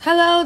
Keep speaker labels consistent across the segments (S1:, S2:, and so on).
S1: Hello，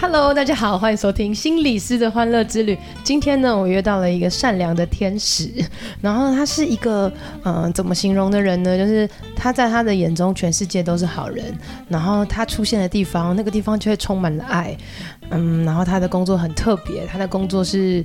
S2: Hello，大家好，欢迎收听心理师的欢乐之旅。今天呢，我约到了一个善良的天使， 然后他是一个，嗯、怎么形容的人呢？就是他在他的眼中，全世界都是好人。然后他出现的地方，那个地方就会充满了爱。嗯，然后他的工作很特别，他的工作是。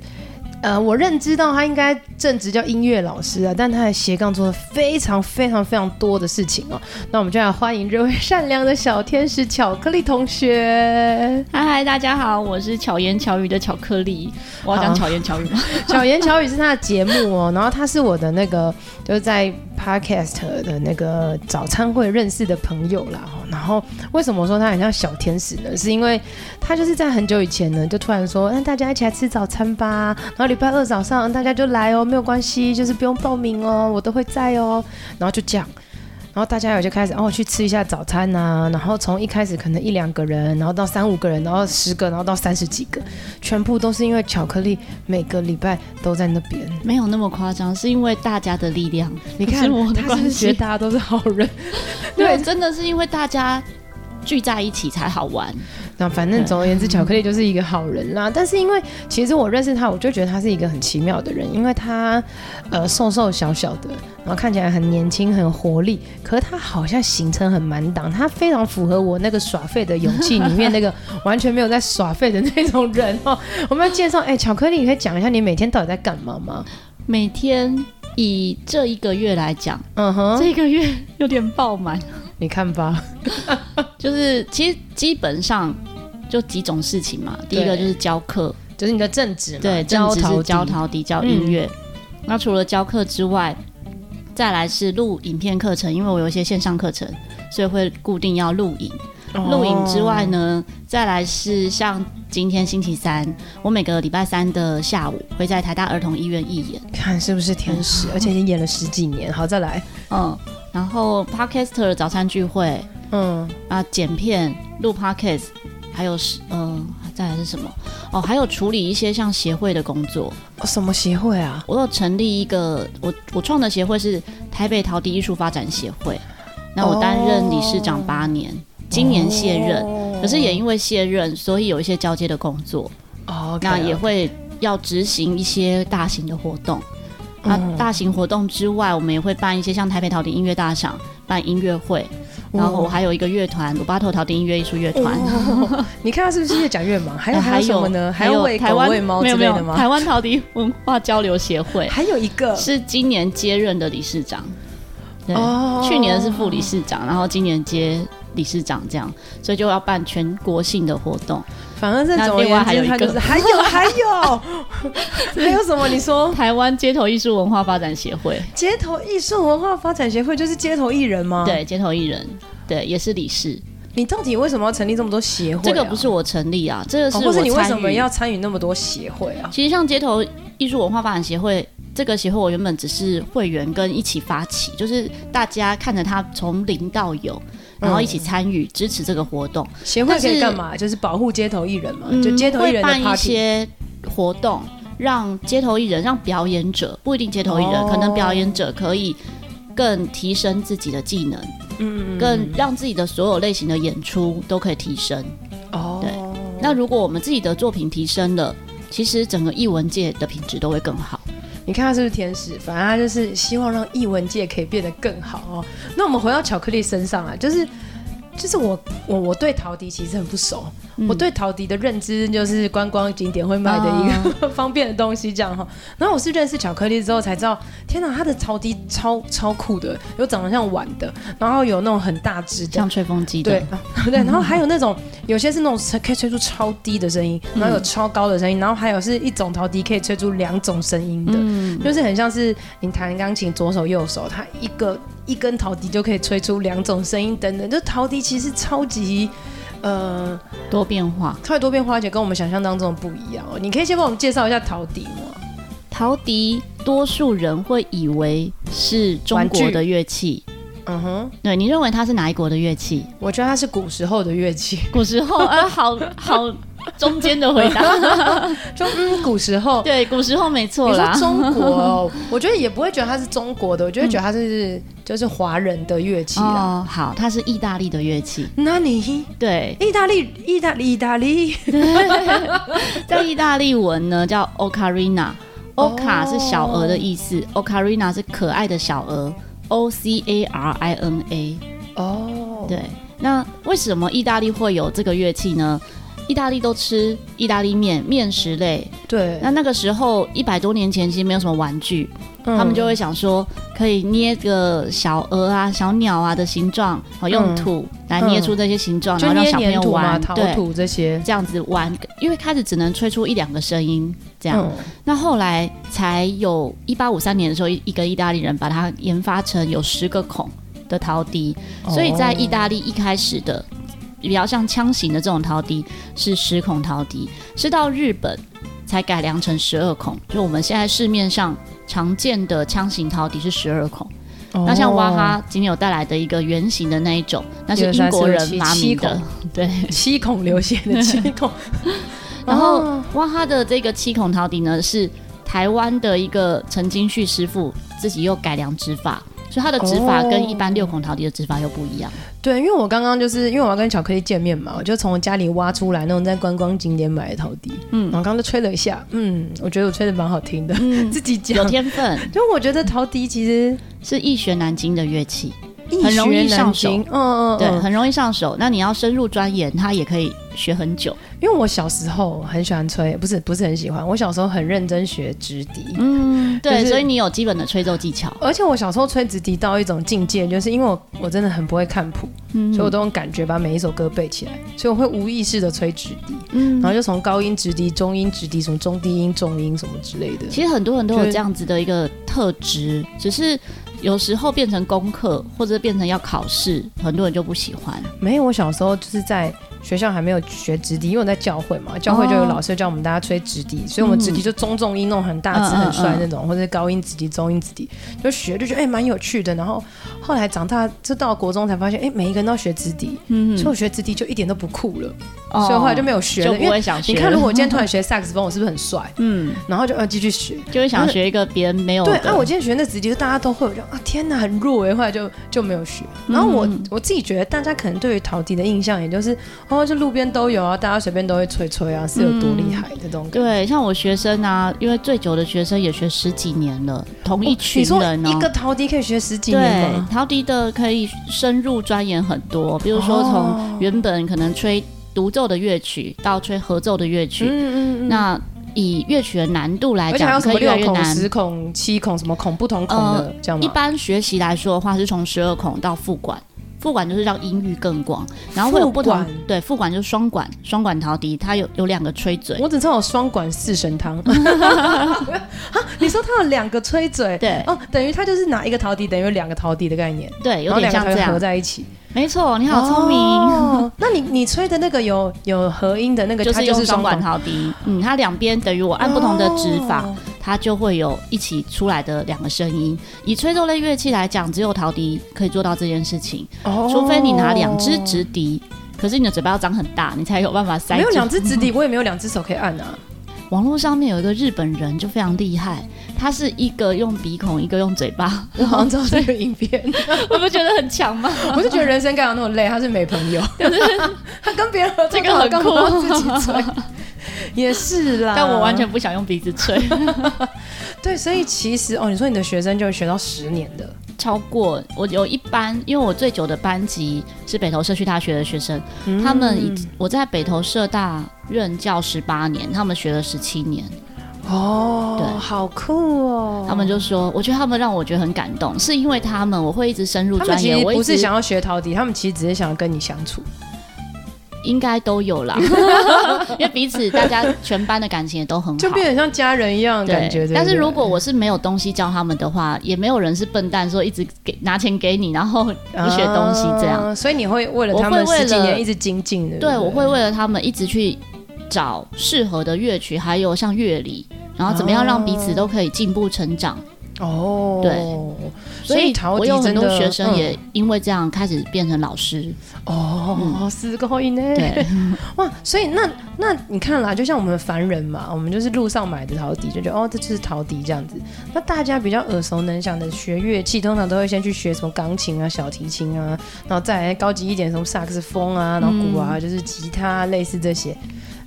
S2: 呃，我认知到他应该正职叫音乐老师啊，但他还斜杠做了非常非常非常多的事情哦。那我们就来欢迎这位善良的小天使巧克力同学。
S3: 嗨嗨，大家好，我是巧言巧语的巧克力。我要讲巧言巧语吗？
S2: 巧言巧语是他的节目哦，然后他是我的那个就是在 podcast 的那个早餐会认识的朋友啦。哦然后为什么说他很像小天使呢？是因为他就是在很久以前呢，就突然说，嗯那大家一起来吃早餐吧。然后礼拜二早上大家就来哦，没有关系，就是不用报名哦，我都会在哦。然后就这样。然后大家也就开始哦去吃一下早餐呐、然后从一开始可能一两个人，然后到三五个人，然后十个，然后到三十几个，全部都是因为巧克力每个礼拜都在那边。
S3: 没有那么夸张，是因为大家的力量。
S2: 你
S3: 不
S2: 看
S3: 是我的
S2: 他是不
S3: 关
S2: 是觉得
S3: 系，
S2: 大家都是好人？
S3: 对，
S2: 对，
S3: 真的是因为大家聚在一起才好玩。
S2: 那反正总而言之，巧克力就是一个好人啦。但是因为其实我认识他，我就觉得他是一个很奇妙的人，因为他呃瘦瘦小小的，然后看起来很年轻、很活力，可是他好像行程很满档，他非常符合我那个耍废的勇气里面那个 完全没有在耍废的那种人哦。我们要介绍，哎、巧克力，你可以讲一下你每天到底在干嘛吗？
S3: 每天以这一个月来讲，
S2: 嗯哼，
S3: 这个月有点爆满，
S2: 你看吧，
S3: 就是其实基本上就几种事情嘛。第一个
S2: 对
S3: 就是教课，
S2: 就是你的正职嘛，
S3: 对，
S2: 教
S3: 正职
S2: 陶
S3: 是教
S2: 笛
S3: 陶笛、教音乐。那除了教课之外，再来是录影片课程，因为我有一些线上课程，所以会固定要录影。
S2: 哦
S3: 录影之外呢，再来是像今天星期三，我每个礼拜三的下午会在台大儿童医院义演。
S2: 看是不是天使，而且已经演了十几年。好，再来，
S3: 嗯，然后 Podcaster 早餐聚会
S2: 嗯，
S3: 啊，剪片、录 Podcast，还有是呃，再来是什么？哦，还有处理一些像协会的工作。
S2: 哦什么协会啊？
S3: 我有成立一个，我我创的协会是台北陶笛艺术发展协会，那我担任理事长八年，今年卸任，可是也因为卸任，所以有一些交接的工作，
S2: 哦，OK，
S3: 那也会要执行一些大型的活动。那
S2: 嗯
S3: 大型活动之外，我们也会办一些像台北陶笛音乐大赏办音乐会，
S2: 哦
S3: 然后我还有一个乐团鲁巴头陶笛音乐艺术乐团，
S2: 你看他是不是越讲越忙？还有
S3: 哦哎
S2: 还有
S3: 还
S2: 什么呢？还有喂
S3: 台
S2: 狗、
S3: 湾
S2: 喂猫
S3: 没
S2: 之
S3: 有没
S2: 类的
S3: 有
S2: 吗？
S3: 台湾陶笛文化交流协 会，
S2: 还有一个
S3: 是今年接任的理事长，对，
S2: 哦
S3: 去年是副理事长，然后今年接理事长这样，所以就要办全国性的活动。
S2: 反正这
S3: 那
S2: 种
S3: 另外还有一
S2: 他
S3: 个
S2: 就是还有还 有还有什么？你说
S3: 台湾街头艺术文化发展协会，
S2: 街头艺术文化发展协会就是街头艺人吗？，
S3: 对，街头艺人，对，也是理事。
S2: 你到底为什么要成立这么多协会啊？
S3: 这个不是我成立啊，这个是
S2: 哦，
S3: 我
S2: 或是你为
S3: 参
S2: 什么
S3: 与
S2: 要？参与那么多协会啊？
S3: 其实像街头艺术文化发展协会。这个协会我原本只是会员跟一起发起，就是大家看着他从零到有，然后一
S2: 嗯
S3: 起参与、支持这个活动。
S2: 协会可
S3: 但
S2: 以
S3: 是
S2: 干嘛？就是保护街头艺人嘛，
S3: 嗯
S2: 就街头艺人
S3: 会办
S2: 的
S3: 一
S2: party。
S3: 些活动，让街头艺人、让表演者，不一定街头艺人，
S2: 哦
S3: 可能表演者可以更提升自己的技能，
S2: 嗯嗯嗯
S3: 更让自己的所有类型的演出都可以提升。
S2: 哦，
S3: 对那如果我们自己的作品提升了，其实整个艺文界的品质都会更好。
S2: 你看他是不是天使？反正他就是希望让艺文界可以变得更好哦。那我们回到巧克力身上啊，就是就是我我我对陶笛其实很不熟，
S3: 嗯
S2: 我对陶笛的认知就是观光景点会卖的一
S3: 哦
S2: 个、 方便的东西这样哈、然后我是认识巧克力之后才知道，天哪，他的陶笛超超酷的，有长得像碗的，然后有那种很大只的，
S3: 像吹风机的
S2: 对， 对，然后还有那种有些是那种可以吹出超低的声音，然后有超高的声音，然后还有是一种陶笛可以吹出两种声音的，
S3: 嗯
S2: 就是很像是你弹钢琴左手右手，它一个一根陶笛就可以吹出两种声音等等，就陶笛其实超级。呃，
S3: 多变化。
S2: 超级多变化，而且跟我们想象当中的不一样哦。你可以先帮我们介绍一下陶笛吗？
S3: 陶笛，多数人会以为是中
S2: 玩具
S3: 国的乐器，
S2: 嗯哼，
S3: 对你认为它是哪一国的乐器？
S2: 我觉得它是古时候的乐器，
S3: 古时候啊，好 好中间的回答。
S2: 就嗯，古时候。
S3: 对，古时候没错
S2: 你说
S3: 啦。
S2: 中国 哦，我觉得也不会觉得它是中国的，我就会觉得它是就是华人的乐器啦。
S3: 哦，好，它是意大利的乐器。
S2: 那你
S3: 对，
S2: 意大利，意大利，意大利，
S3: 在意大利文呢叫 ocarina。
S2: 哦
S3: oca 是小鹅的意思、o c a r i n a 是可爱的小鹅，o c a r i n a。
S2: 哦，
S3: 对，那为什么意大利会有这个乐器呢？意大利都吃意大利面，面食类。
S2: 对，
S3: 那那个时候一百多年前其实没有什么玩具，
S2: 嗯
S3: 他们就会想说可以捏个小鹅啊、小鸟啊的形状，好用
S2: 嗯
S3: 土来捏出这些形状，
S2: 嗯就
S3: 然后让
S2: 捏
S3: 小朋
S2: 黏
S3: 友
S2: 土嘛，
S3: 玩，
S2: 陶
S3: 对，
S2: 土这些，
S3: 这样子玩，因为开始只能吹出一两个声音这样。
S2: 嗯
S3: 那后来才有一八五三年的时候，一一个意大利人把它研发成有十个孔的陶笛，
S2: 哦嗯
S3: 所以在意大利一开始的比较像枪型的这种陶笛是十孔陶笛，是到日本才改良成十二孔，就我们现在市面上常见的枪型陶笛是十二孔。
S2: 哦
S3: 那像娃哈今天有带来的一个圆形的那一种，那是
S2: 1 2 3
S3: 英国人
S2: 4 5 7
S3: 发明的
S2: 七，
S3: 对。，
S2: 七孔流血的七 孔哦
S3: 然后哇哈的这个七孔陶笛呢，是台湾的一个陈金旭师傅自己又改良指法，所以它的指法
S2: 哦
S3: 跟一般六孔陶笛的指法又不 一样。
S2: 对，因为我刚刚就是因为我要跟巧克力见面嘛，我就从我家里挖出来那种在观光景点买的陶笛，嗯，然后刚刚就吹了一下，嗯，我觉得我吹的蛮好听的，
S3: 嗯，
S2: 自己
S3: 有
S2: 讲，
S3: 天分，
S2: 就我觉得陶笛其实
S3: 是易学难精的乐器，
S2: 易
S3: 很容易
S2: 学难
S3: 上手
S2: 精嗯嗯
S3: 对，
S2: 嗯，
S3: 很容易上手。那你要深入钻研，它也可以学很久。
S2: 因为我小时候很喜欢吹，不是不是很喜欢，我小时候很认真学直笛，
S3: 嗯，
S2: 就
S3: 对，
S2: 是
S3: 所以你有基本的吹奏技巧。
S2: 而且我小时候吹直笛到一种境界，就是因为我我真的很不会看谱，
S3: 嗯
S2: 所以我都用感觉把每一首歌背起来，所以我会无意识的吹直笛，
S3: 嗯
S2: 然后就从高音直笛、中音直笛、什么中低音、重音什么之类的。
S3: 其实很多人都有
S2: 就是
S3: 这样子的一个特质，只是有时候变成功课或者变成要考试，很多人就不喜欢。
S2: 没有，我小时候就是在学校还没有学直笛，因为我在教会嘛，教会
S3: 哦
S2: 就有老师教我们大家吹直笛，所以我们直笛就中重音那种很大
S3: 嗯
S2: 字
S3: 嗯
S2: 很帅
S3: 嗯
S2: 那种，或者高音直笛、中音直笛，就学就觉得哎蛮、有趣的。然后后来长大，就到国中才发现，哎、每一个人都要学直笛，
S3: 嗯
S2: 所以我学直笛就一点都不酷了，
S3: 哦
S2: 所以我后来就没有学
S3: 就
S2: 了，
S3: 不
S2: 因为
S3: 会想学
S2: 你
S3: 了。
S2: 看，如果我今天突然学萨克斯风，我是不是很帅？
S3: 嗯，
S2: 然后就要呃继续学。
S3: 就会想学一个别人没有
S2: 对
S3: 的。，
S2: 啊，我今天学那直笛，就大家都会，我就啊天哪，很弱哎，后来就就没有学。
S3: 嗯
S2: 然后我、我自己觉得，大家可能对于陶笛的印象，也就是哦，就路边都有啊，大家随便都会吹吹啊，是有多厉害这种感觉。
S3: 对，像我学生啊，因为最久的学生也学十几年了，同一群
S2: 你说
S3: 人哦。
S2: 一个陶笛可以学十几年
S3: 对
S2: 吗？，
S3: 陶笛的可以深入钻研很多，比如说
S2: 哦
S3: 从原本可能吹独奏的乐曲到吹合奏的乐曲，
S2: 嗯嗯嗯。
S3: 那以乐曲的难度来
S2: 而且还有
S3: 讲，
S2: 什
S3: 可
S2: 么
S3: 以越来
S2: 六
S3: 越
S2: 孔、啊
S3: 难。哦
S2: 十孔、七孔，什么孔不同孔的，这样
S3: 一
S2: 吗？
S3: 般学习来说的话，是从十二孔到副管，副管就是让音域更广，然后会有不
S2: 副
S3: 同
S2: 管
S3: 对副管就是双管，双管陶笛它有有两个吹嘴，
S2: 我只知道有双管四神 汤。 啊，你说它有两个吹嘴，
S3: 对
S2: 哦，等于它就是拿一个陶笛，等于两个陶笛的概念，
S3: 对，
S2: 然
S3: 有
S2: 后
S3: 点
S2: 两
S3: 像
S2: 个
S3: 这
S2: 才会合
S3: 样，
S2: 在一起。
S3: 没错，你好聪明。
S2: 哦，那你你吹的那个有有合音的那个，
S3: 就
S2: 它
S3: 是
S2: 就
S3: 用
S2: 是哦
S3: 双管
S2: 号，
S3: 陶笛，嗯，它两边等于我按不同的指法，
S2: 哦
S3: 它就会有一起出来的两个声音。以吹奏类乐器来讲，只有陶笛可以做到这件事情，
S2: 哦
S3: 除非你拿两只直笛，可是你的嘴巴要张很大，你才有办法塞
S2: 没有
S3: 住
S2: 两只直笛，我也没有两只手可以按啊。
S3: 哦网络上面有一个日本人就非常厉害，他是一个用鼻孔，一个用嘴巴，
S2: 我好像知道这个影片，
S3: 我不觉得很 强吗？
S2: 我就觉得人生干嘛那么累？他是没朋 友， 他跟别人合作
S3: 这个很
S2: 干
S3: 酷
S2: 嘛要自己 吹？也是啦，
S3: 但我完全不想用鼻子吹，
S2: 对，所以其实哦，你说你的学生就学到十年的，
S3: 超过我有一班，因为我最久的班级是北投社区大学的学生，嗯
S2: 嗯
S3: 他们已我在北投社大任教十八年，他们学了十七年，对
S2: 哦，好酷哦，
S3: 他们就说，我觉得他们让我觉得很感动，是因为他们我会一直深入
S2: 他们
S3: 钻
S2: 其实
S3: 研，我
S2: 不
S3: 一直
S2: 是想要学陶笛，他们其实只是想要跟你相处。
S3: 应该都有 啦，因为彼此大家全班的感情也都很好，
S2: 就变得像家人一样的
S3: 对，
S2: 感觉。对不
S3: 但是
S2: 对
S3: 如果我是没有东西教他们的话，也没有人是笨蛋，说一直给拿钱给你，然后不学东西这样。
S2: 啊所以你会为了他
S3: 我
S2: 们
S3: 会为了
S2: 十几年一直精进的。
S3: 对，
S2: 不
S3: 我会为了他们一直去找适合的乐曲，还有像乐理，然后怎么样让彼此都可以进步成长。
S2: 哦，
S3: 对，
S2: 所以陶
S3: 我
S2: 笛
S3: 有很
S2: 真
S3: 多
S2: 的
S3: 学生
S2: 嗯
S3: 也因为这样开始变成 老师。
S2: 哦，思高音呢？
S3: 嗯对，
S2: 哇，所以那那你看啦，就像我们凡人嘛，我们就是路上买的陶笛，就觉得哦，这就是陶笛这样子。那大家比较耳熟能详的学乐器，通常都会先去学什么钢琴啊、小提琴啊，然后再来高级一点，什么萨克斯风啊，然后鼓
S3: 嗯
S2: 啊，就是吉他、啊、类似这些。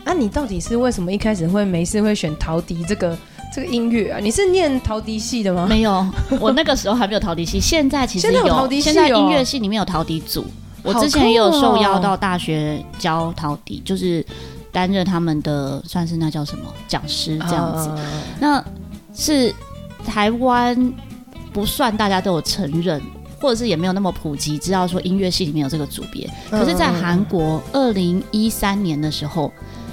S2: 啊，你到底是为什么一开始会没事会选陶笛这个这个音乐啊？你是念陶笛系的吗？
S3: 没有，我那个时候还没有陶笛系，现在其实
S2: 现在有陶笛系
S3: 现在
S2: 哦
S3: 音乐系里面有陶笛组，我
S2: 好
S3: 之
S2: 酷
S3: 前也有受
S2: 哦
S3: 邀到大学教陶笛，就是担任他们的算是那叫什么讲师这样子。
S2: 啊
S3: 那是台湾不算大家都有承认，或者是也没有那么普及，知道说音乐系里面有这个组别。
S2: 嗯啊
S3: 可是，在韩国二零一三年的时候，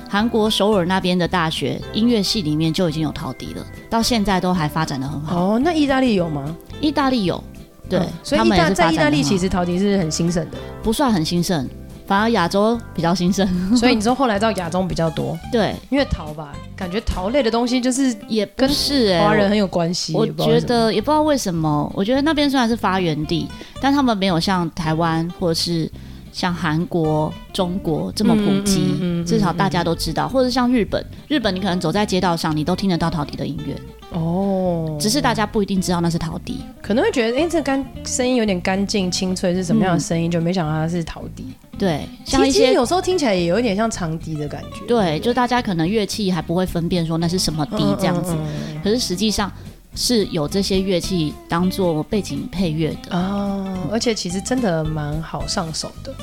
S3: 韩国首尔那边的大学音乐系里面就已经有陶笛了，到现在都还发展的很好。
S2: 哦，那意大利有吗？
S3: 意大利有，对，
S2: 嗯所以
S3: 他
S2: 意
S3: 们也
S2: 大
S3: 是
S2: 在
S3: 发
S2: 意大
S3: 展
S2: 利
S3: 得很
S2: 其
S3: 好
S2: 实陶笛是很兴盛的。
S3: 不算很兴盛，反而亚洲比较兴盛。
S2: 所以你说后来到亚中比较多，
S3: 对，
S2: 因为陶吧，感觉陶类的东西就是
S3: 也不是哎、
S2: 华人很有关系。
S3: 我
S2: 也不知道为
S3: 觉
S2: 什么
S3: 得也不知道为什么，我觉得那边虽然是发源地，但他们没有像台湾或是像韩国、中国这么普及，
S2: 嗯嗯嗯嗯嗯
S3: 至少大家都知道，或者像日本，日本你可能走在街道上，你都听得到陶笛的音乐，
S2: 哦，
S3: 只是大家不一定知道那是陶笛。
S2: 可能会觉得，哎、这干声音有点干净清脆，是什么样的声音？就没想到它是陶笛，
S3: 对，像一
S2: 其实
S3: 些
S2: 有时候听起来也有一点像长笛的感觉。
S3: 对，就大家可能乐器还不会分辨说那是什么笛这样子，
S2: 嗯嗯
S3: 可是实际上是有这些乐器当做背景配乐的。
S2: 嗯哦，而且其实真的蛮好上手的，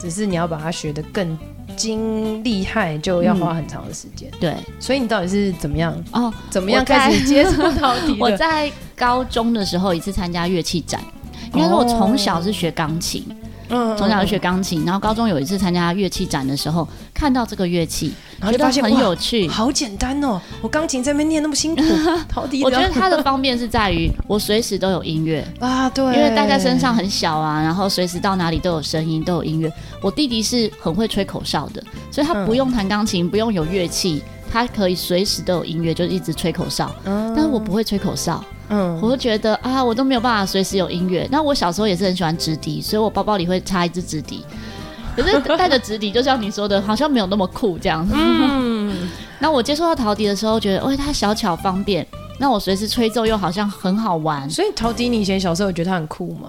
S2: 只是你要把它学得更精厉害，就要花很长的时间。
S3: 对，
S2: 所以你到底是怎么样？
S3: 哦，
S2: 怎么样
S3: 嗯我在
S2: 开始接触陶笛的？
S3: 我在高中的时候一次参加乐器展，应该说我从小是学钢琴，
S2: 哦嗯
S3: 从小就学钢琴，然后高中有一次参加乐器展的时候，看到这个乐器，
S2: 然后
S3: 觉
S2: 就
S3: 得
S2: 发现
S3: 很
S2: 哇
S3: 有趣。
S2: 好简单哦！我钢琴在那边念那么辛 苦，陶笛
S3: 我觉得
S2: 他
S3: 它的方便是在于 我随时都有音乐，
S2: 啊，对，
S3: 因为大家身上很小啊，然后随时到哪里都有声音，都有音乐。我弟弟是很会吹口哨的，所以
S2: 嗯
S3: 他不用弹钢琴，不用有乐器，他可以随时都有音乐，就一直吹口哨。但是我不会吹口哨，
S2: 嗯
S3: 我会觉得啊，我都没有办法随时有音乐。那我小时候也是很喜欢直笛，所以我包包里会插一支直笛。可是带着直笛，就像你说的，好像没有那么酷这样。
S2: 嗯，
S3: 那我接触到陶笛的时候，觉得，喂、它小巧方便。那我随时吹奏又好像很好玩，
S2: 所以陶笛你以前小时候有觉得它很酷吗？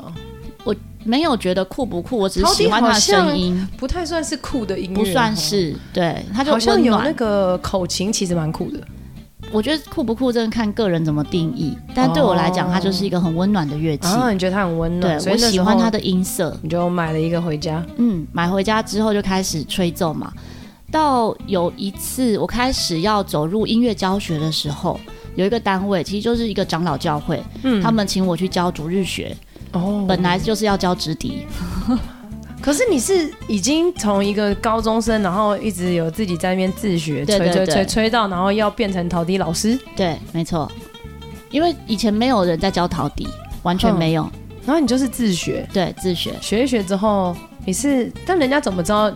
S3: 没有觉得酷不酷，我只
S2: 陶
S3: 是
S2: 笛
S3: 喜欢它的
S2: 好像
S3: 声音，
S2: 不太算是酷的音乐，哦
S3: 不算。是对，它就
S2: 好像
S3: 温
S2: 有
S3: 暖。
S2: 那个口琴，其实蛮酷的。
S3: 我觉得酷不酷，真的看个人怎么定义。但对我来讲，
S2: 哦
S3: 它就是一个很温暖的乐器。
S2: 啊，你觉得它很温
S3: 对
S2: 暖，所以
S3: 我
S2: 那
S3: 喜
S2: 时候
S3: 欢它，的音色，
S2: 你就买了一个回家。
S3: 嗯，买回家之后就开始吹奏嘛。到有一次我开始要走入音乐教学的时候，有一个单位其实就是一个长老教会，
S2: 嗯
S3: 他们请我去教主日学，
S2: 哦
S3: 本来就是要教直笛，
S2: 可是你是已经从一个高中生，然后一直有自己在那边自学，
S3: 对
S2: 吹
S3: 对
S2: 吹
S3: 对
S2: 吹吹到，然后要变成陶笛老师，
S3: 对，没错，因为以前没有人在教陶笛，完全没有，
S2: 然后你就是自学。
S3: 对，自学。
S2: 学一学之后，你是，但人家怎么知道？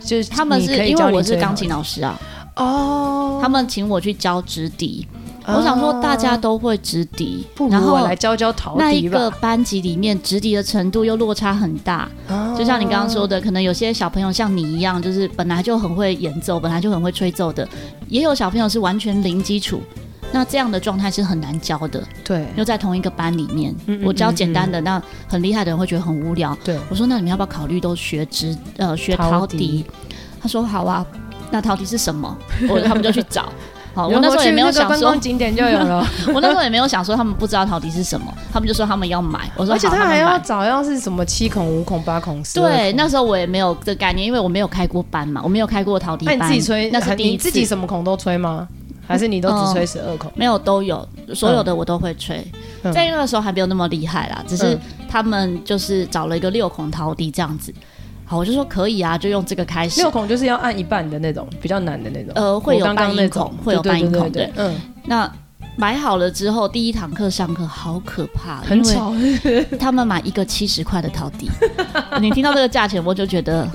S2: 就是
S3: 他们
S2: 你可
S3: 是
S2: 以
S3: 因
S2: 教
S3: 为
S2: 你
S3: 我是
S2: 吹
S3: 钢琴老师啊，
S2: 哦，
S3: 他们请我去教直笛。
S2: 啊
S3: 我想说大家都会直笛
S2: 不，如
S3: 然
S2: 我
S3: 后
S2: 来教教陶
S3: 那一
S2: 笛
S3: 个
S2: 吧。
S3: 班级里面直笛的程度又落差很大，
S2: 哦
S3: 就像你刚刚说的，可能有些小朋友像你一样，就是本来就很会演奏，本来就很会吹奏的，也有小朋友是完全零基础。那这样的状态是很难教的，
S2: 对
S3: 又在同一个班里面，
S2: 嗯嗯
S3: 我教
S2: 嗯
S3: 简单的，那很厉害的人会觉得很无聊。
S2: 对，
S3: 我说那你们要不要考虑都学直呃学
S2: 陶
S3: 陶
S2: 笛
S3: 笛？他说好啊，那陶笛是什么？ 我他们就去找。好，我
S2: 然
S3: 那
S2: 后
S3: 时候也
S2: 去
S3: 没有
S2: 那个
S3: 想
S2: 观
S3: 说
S2: 光，景点就有了，
S3: 我那时候也没有想说他们不知道陶笛是什么，他们就说他们要买。 我说
S2: 而且
S3: 好
S2: 他
S3: 那
S2: 还
S3: 们
S2: 要
S3: 买
S2: 找要是什么七孔、五孔、八孔、十二孔
S3: 对，那时候我也没有这概念，因为我没有开过班嘛，我没有开过陶笛
S2: 那
S3: 班。
S2: 哎你自己吹，
S3: 那是
S2: 还
S3: 第一
S2: 你
S3: 次
S2: 自
S3: 嗯
S2: 己什么孔都吹吗？还是你都只吹十二孔？
S3: 没有都有，所有的我都会吹。
S2: 嗯
S3: 在那个时候还没有那么厉害啦，只是
S2: 嗯
S3: 他们就是找了一个六孔陶笛这样子。好，我就说可以啊，就用这个开始。
S2: 六孔就是要按一半的那种，比较难的那种。
S3: 呃，会有
S2: 我刚
S3: 半
S2: 刚那
S3: 音孔
S2: 种，，
S3: 会有
S2: 对
S3: 半音孔，
S2: 对对对对，嗯，
S3: 那买好了之后，第一堂课上课好可怕，
S2: 很。吵，
S3: 他们买一个七十块的陶笛，你听到这个价钱，我就觉得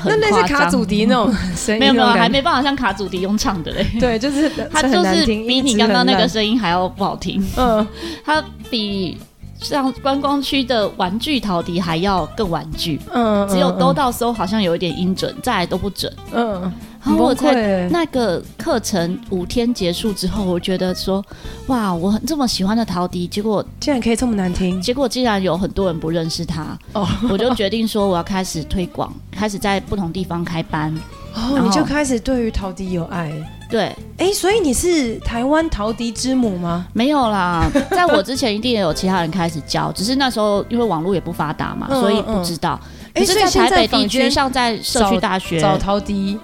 S3: 很
S2: 那
S3: 很
S2: 类
S3: 夸
S2: 似
S3: 张
S2: 卡祖笛那种 声音，
S3: 没有没有，
S2: 那种
S3: 还
S2: 感觉
S3: 没办法像卡祖笛用唱的嘞。
S2: 对， 就是
S3: 它
S2: 很
S3: 就
S2: 难
S3: 是
S2: 听
S3: 比你刚刚那个，声音还要不好听，
S2: 嗯，
S3: 它比像观光区的玩具陶笛还要更玩具，
S2: 嗯，
S3: 只有
S2: 嗯
S3: 兜，到搜好像有一点音准，再来都不准。
S2: 嗯，嗯
S3: 然
S2: 很
S3: 后我
S2: 崩
S3: 才
S2: 溃。
S3: 那个课程五天结束之后，我觉得说，哇，我很这么喜欢的陶笛，结果
S2: 竟然可以这么难听
S3: 结果竟然有很多人不认识它，
S2: 哦！
S3: 我就决定说我要开始推广，开始在不同地方开班。
S2: 哦，
S3: 然后
S2: 你就开始对于陶笛有爱，
S3: 对，
S2: 哎，所以你是台湾陶笛之母吗？
S3: 没 有啦，在我之前一定也有其他人开始教，只是那时候因为网络也不发达嘛，
S2: 嗯
S3: 所以不知道。
S2: 哎，
S3: 可
S2: 所
S3: 是，
S2: 以
S3: 在
S2: 现
S3: 台北
S2: 在坊
S3: 地区，
S2: 间
S3: 像在社区大学，
S2: 找陶笛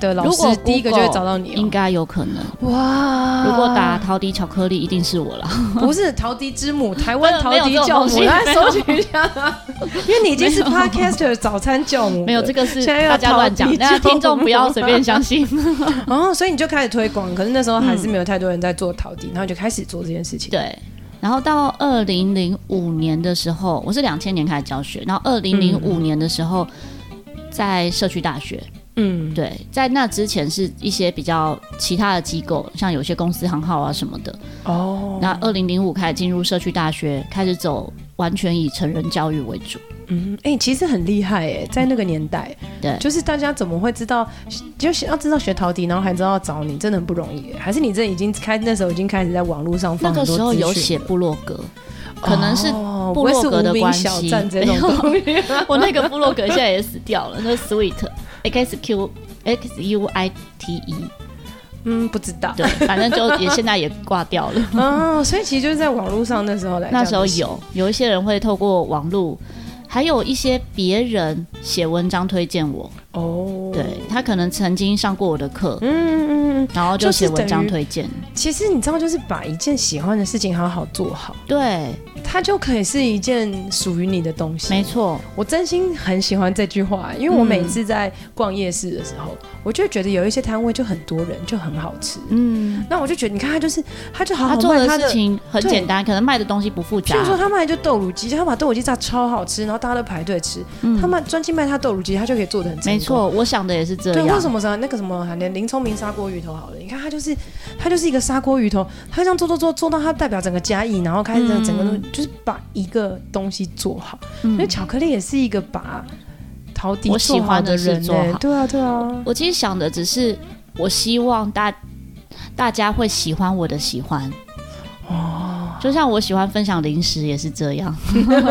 S2: 的老
S3: 如果
S2: 师，第一个就会
S3: Google，
S2: 找到你哦，
S3: 应该有可能。
S2: 哇！
S3: 如果打陶笛巧克力，一定是我 了。
S2: 不是陶笛之 母，台湾陶
S3: 没有
S2: 笛
S3: 这种
S2: 教
S3: 东
S2: 母，
S3: 西
S2: 来
S3: 没
S2: 搜
S3: 有
S2: 寻一下， 因为你已经是 podcaster 早餐教母了，
S3: 没有，这个是
S2: 现在要
S3: 大家乱讲
S2: 陶笛，
S3: 那
S2: 教
S3: 听众不要随便 相信。
S2: 哦，所以你就开始推广，可是那时候还是没有太多人在做陶笛，然后就开始做这件事情。
S3: 对。然后到二零零五年的时候，我是两千年开始教学，然后二零零五年的时候、在社区大学，
S2: 嗯，
S3: 对，在那之前是一些比较其他的机构，像有些公司行号啊什么的。
S2: 哦，
S3: 那二零零五开始进入社区大学，开始走完全以成人教育为主。
S2: 嗯，哎、其实很厉害哎，在那个年代，
S3: 对
S2: 就是大家怎么会知道，就是要知道学陶笛，然后还知道找你，真的很不容易耶。还是你这已经开那时候已经开始在网络上
S3: 那
S2: 放
S3: 个
S2: 很多
S3: 时候
S2: 资
S3: 有
S2: 讯
S3: 写
S2: 了
S3: 部落格，可 能是
S2: 哦
S3: 部落格的
S2: 不会是无名
S3: 关系
S2: 小站这种东西，
S3: 我那个部落格现在也死掉了，那 Sweet X Q X U I T E，
S2: 嗯，不知道。
S3: 对，反 正就也现在也挂掉了。
S2: 哦，所以其实就是在网络上那时候来，
S3: 那时候有有一些人会透过网络，还有一些别人写文章推荐我，
S2: 哦，
S3: 对他可能曾经上过我的课，
S2: 嗯，嗯嗯，
S3: 然后就写文章
S2: 就是等于
S3: 推荐。
S2: 其实你知道，就是把一件喜欢的事情好好做好，
S3: 对，
S2: 它就可以是一件属于你的东西。
S3: 没错，
S2: 我真心很喜欢这句话，因为我每次在逛夜市的时候，我就觉得有一些摊位就很多人，就很好吃。
S3: 嗯，
S2: 那我就觉得，你看他就是，他就好好
S3: 他做
S2: 哦卖
S3: 的
S2: 他的
S3: 事，情很
S2: 对
S3: 简单，可能卖的东西不复杂
S2: 譬如。说他卖就豆乳鸡，他把豆乳鸡炸超好吃，然后大家都排队吃。
S3: 嗯
S2: 他卖专心卖他豆乳鸡，他就可以做的很成功
S3: 没。错，啊我想的也是这
S2: 对，
S3: 样
S2: 为。什么啥那个什么连林聪明砂锅鱼头好了，你看他就是他就是一个砂锅鱼头，他这样做做做做到他代表整个嘉义，然后开始整整个、
S3: 嗯
S2: 就是把一个东西做好。因为
S3: 嗯，
S2: 巧克力也是一个把陶笛
S3: 我
S2: 做
S3: 喜
S2: 好
S3: 欢
S2: 的
S3: 的事
S2: 人、
S3: 做
S2: 欸，
S3: 好
S2: 对啊对啊，
S3: 我其实想的只是，我希望大大家会喜欢我的喜欢。哦，就像我喜欢分享零食也是这样，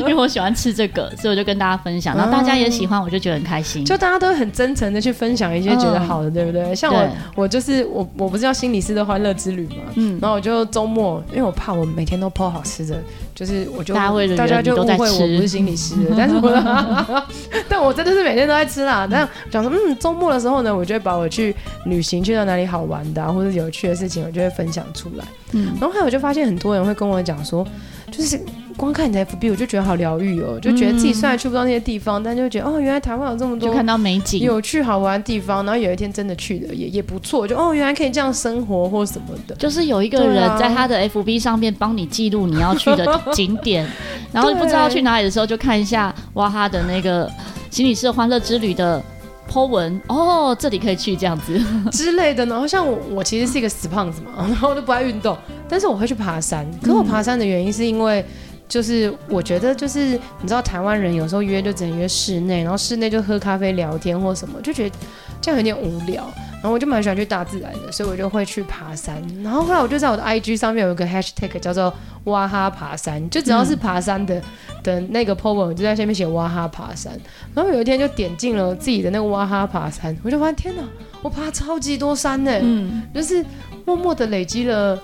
S3: 因为我喜欢吃这个，所以我就跟大家分享，然后大家也喜欢，我就觉得很开心。
S2: 嗯就大家都很真诚的去分享一些觉得好的，对不对？像我
S3: 嗯对
S2: 我就是我我不是要心理师的欢乐之旅嘛。
S3: 嗯，
S2: 然后我就周末，因为我怕我每天都剖好吃的，就是我就
S3: 大家会以为
S2: 大家就
S3: 你
S2: 误
S3: 都在
S2: 会我
S3: 吃
S2: 不是心理师了，但是我 但我真的是每天都在吃啦。但想说，嗯，周末的时候呢，我就会把我去旅行去到哪里好玩的、啊、或者有趣的事情，我就会分享出来。
S3: 嗯，
S2: 然后还有就发现很多人会跟我讲说，就是光看你的 FB，我就觉得好疗愈哦，就觉得自己虽然去不到那些地方，但就觉得哦，原来台湾有这么
S3: 就
S2: 多
S3: 看到美景，
S2: 有趣好玩的地方，然后有一天真的去了也也不错，就哦，原来可以这样生活或什么的。
S3: 就是有一个
S2: 对啊
S3: 人在他的 FB 上面帮你记录你要去 的景点，然后你不知道去哪里的时候，就看一下哇哈的那个心理师的欢乐之旅的 po 文，哦，这里可以去这样子，
S2: 之类的。然后像我，我其实是一个死胖子嘛，然后我都不爱运动，但是我会去爬山。可我爬山的原因是因为。就是我觉得，就是你知道，台湾人有时候约就只能约室内，然后室内就喝咖啡聊天或什么，就觉得这样有点无聊。然后我就蛮喜欢去大自然的，所以我就会去爬山。然后后来我就在我的 IG 上面有一个 hashtag 叫做“哇哈爬山”，就只要是爬山的、的那个 po 文，我就在下面写“哇哈爬山”。然后有一天就点进了自己的那个“哇哈爬山”，我就发现天哪，我爬超级多山呢、
S3: 嗯，
S2: 就是默默的累积了